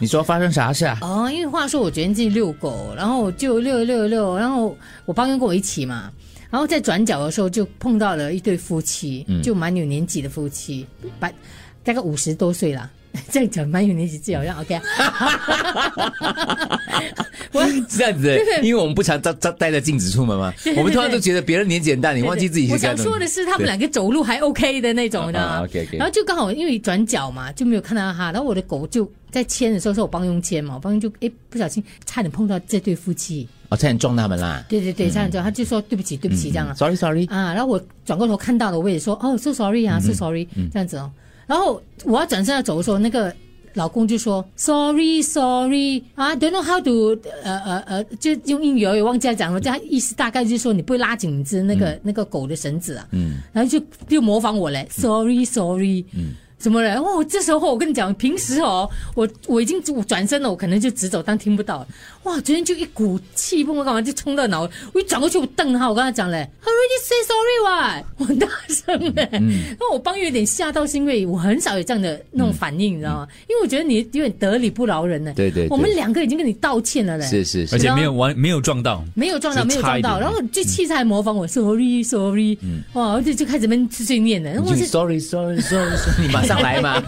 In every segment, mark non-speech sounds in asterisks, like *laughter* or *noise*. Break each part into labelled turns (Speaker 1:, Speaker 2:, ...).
Speaker 1: 你说发生啥事啊？
Speaker 2: 哦，因为话说我昨天自己遛狗，然后我就遛一遛一遛，然后我爸跟跟我一起嘛，然后在转角的时候就碰到了一对夫妻，
Speaker 1: 嗯
Speaker 2: 就蛮有年纪的夫妻，把大概五十多岁啦。 *laughs* 这样讲蛮有年纪，自己好像
Speaker 1: 嗯
Speaker 2: OK 啊。我
Speaker 1: 这样子，因为我们不常照照带着镜子出门
Speaker 2: *laughs*
Speaker 1: 嘛，我们突然都觉得别人年纪很大，你忘记自己是
Speaker 2: 我
Speaker 1: 这样
Speaker 2: 想说的是，他们两个走路还 OK 的那种
Speaker 1: 啊啊
Speaker 2: 的。
Speaker 1: ，OK，OK
Speaker 2: 然后就刚好因为转角嘛，就没有看到他。然后我的狗就在牵的时候，是我帮佣牵嘛，我帮佣就哎不小心差点碰到这对夫妻。
Speaker 1: 哦，差点撞他们啦。
Speaker 2: 对对对，差点撞，他就说对不起，
Speaker 1: 嗯
Speaker 2: 对不起这样啊。
Speaker 1: Sorry Sorry，
Speaker 2: 啊，然后我转过头看到了，我也说哦，so sorry 啊，so sorry 这样子哦。然后我要转身要走的时候，那个老公就说 sorry sorry 啊，don't know how to 呃呃呃，就用英语而已，忘记要讲了，就他意思大概就是说你不会拉紧你只那个、那个狗的绳子啊，嗯，然后就就模仿我嘞，sorry
Speaker 1: 嗯
Speaker 2: sorry，嗯。什么人？哦，这时候我跟你讲，平时哦，我我已经转身了，我可能就直走当听不到了。哇，昨天就一股气，不知道干嘛就冲到脑，我一转过去我瞪他，我跟他讲嘞，already say sorry *laughs* 哇，我很大声嘞。
Speaker 1: 嗯
Speaker 2: *laughs* 然后我帮有点吓到，是因为我很少有这样的那种反应，你知道吗？因为我觉得你有点得理不饶人呢。
Speaker 1: 嗯对对对
Speaker 2: 我们两个已经跟你道歉了嘞。
Speaker 1: 是是是
Speaker 3: 而，且没有完没有撞到，
Speaker 2: 没有撞到，
Speaker 3: 是
Speaker 2: 没有
Speaker 3: 差
Speaker 2: 撞
Speaker 3: 一
Speaker 2: 到，
Speaker 3: 点
Speaker 2: 然后就气势还模仿我，sorry sorry，哇，而且就开始闷碎碎念了。然后我
Speaker 1: 你
Speaker 2: 是
Speaker 1: 就 Sorry Sorry Sorry，sorry，你马
Speaker 2: *laughs*
Speaker 1: 上来嘛。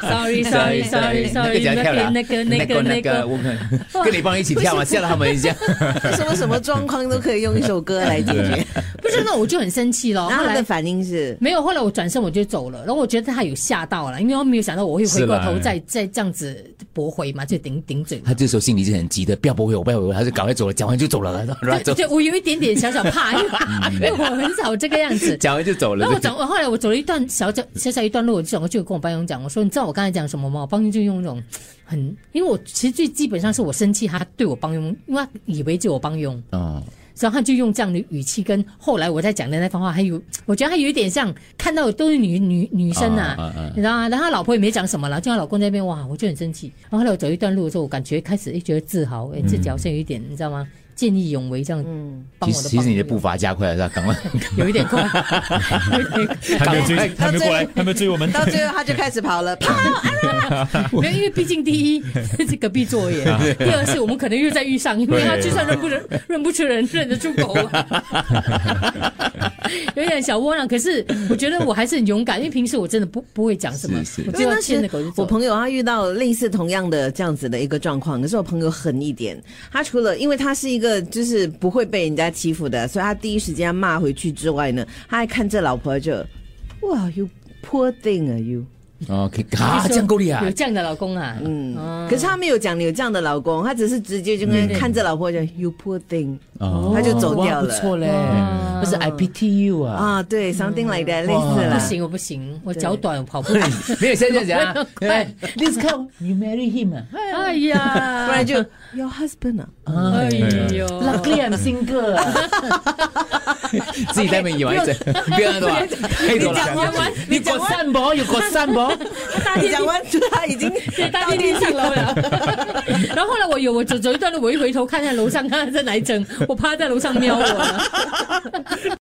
Speaker 2: sorry
Speaker 1: *laughs*
Speaker 2: sorry sorry
Speaker 1: 那个
Speaker 2: sorry，
Speaker 1: 怎样跳的啊？
Speaker 2: 那个那个
Speaker 1: *laughs* 那
Speaker 2: 那
Speaker 1: 个，
Speaker 2: 个，
Speaker 1: 我们 *laughs* 跟你帮一起跳嘛，吓到他们一下。 *laughs*
Speaker 4: 为什么什么状况都可以用一首歌来解 *laughs* 决？
Speaker 2: 不是那我就很生气了。
Speaker 4: 然
Speaker 2: 后
Speaker 4: 后他
Speaker 2: 来
Speaker 4: 的反
Speaker 2: *laughs*
Speaker 4: 应是，
Speaker 2: 没有，后来我转身我就走了，然后我觉得他有吓到了，因为我没有想到我会回过头
Speaker 3: 是啦
Speaker 2: 再再这样子驳回嘛，就顶顶嘴嘛
Speaker 1: 他。这时候心里是很急的，不要驳回我，不要驳回我，他就赶快走了，讲 *laughs* 完就走了，然后
Speaker 2: 对 *laughs*
Speaker 1: 走，
Speaker 2: 对，我有一点点小小怕，因为因为我很少这个样子。
Speaker 1: 讲完就走了
Speaker 2: 然后。我走，我后来我走了一段小小小小一段路，我就转过去跟我帮佣讲，我说你知道我刚才讲什么吗？我帮佣就用那种很，因为我其实最基本上是我生气，他对我帮佣，因为他以为就我帮佣，
Speaker 1: 哦，
Speaker 2: 所以他就用这样的语气跟后来我在讲的那番话，还有我觉得他有一点像看到都是女女女生啊，
Speaker 1: 啊啊啊
Speaker 2: 你知道吗？然后他老婆也没讲什么了，就他老公在那边哇，我就很生气。然后后来我走一段路的时候，我感觉开始诶觉得自豪，诶自己好像有一点、你知道吗？见义勇为这样，嗯，帮
Speaker 1: 嗯其
Speaker 2: 我
Speaker 1: 实
Speaker 2: 的
Speaker 1: 其实你的
Speaker 2: 帮
Speaker 1: 步
Speaker 2: 友
Speaker 1: 伐加快了，啊是吧？赶快，
Speaker 2: 有一点快，有一点快
Speaker 3: 还没有追，还没有过来，还没有追我们。
Speaker 4: 到最后他就开始跑了，跑。
Speaker 2: *laughs* 没有，因为毕竟第
Speaker 4: *laughs*
Speaker 2: 一是隔壁座
Speaker 4: 啊
Speaker 2: 位，第二是我们可能又在遇上，因为他就算认不认认不出人，认得出狗，啊
Speaker 4: *laughs*
Speaker 2: 有点小窝囊。可是我觉得我还是很勇敢，因为平时我真的不不会讲什么
Speaker 1: 是是，
Speaker 2: 我
Speaker 4: 因为
Speaker 2: 就要
Speaker 4: 那
Speaker 2: 牵
Speaker 4: 时
Speaker 2: 着狗就走
Speaker 4: 我朋友他遇到类似同样的这样子的一个状况，可是我朋友狠一点，他除了因为他是一个就是不会被人家欺负的，所以他第一时间骂回去之外呢，他还看这老婆就，哇，you poor thing 啊 you。
Speaker 1: 哦，可以啊，这样够力啊
Speaker 2: 有！这样的老公啊，嗯，
Speaker 4: 可是他没有讲你有这样的老公，他只是直接就跟看这老婆讲 you poor thing，
Speaker 1: 哦
Speaker 4: 他就走掉
Speaker 1: 哇不
Speaker 4: 了
Speaker 1: 错嘞，不是 I pity you 啊。
Speaker 4: 啊，对，something like that 类似
Speaker 2: 不
Speaker 4: 啦。
Speaker 2: 行，我不行，我脚短，我跑不了。
Speaker 1: 没有，现在讲啊
Speaker 2: 我不
Speaker 1: 哎，This come you marry him ah? 啊
Speaker 2: 哎呀，
Speaker 4: 不然就 your husband ah. 啊，
Speaker 2: 哎呦，
Speaker 1: ，Luckily I'm Lah, single 啊。自己在那边以为这，不要那多啊，太多
Speaker 2: 讲完
Speaker 1: 了。你过散步，有过散步，
Speaker 4: Oh,
Speaker 2: 大天
Speaker 4: 讲完他已经
Speaker 2: 对，大地天上楼
Speaker 4: *laughs*
Speaker 2: 了。然后后来我有我啊走走一段路，我一回头看看楼上，看看在哪一层，我趴在楼上瞄我了。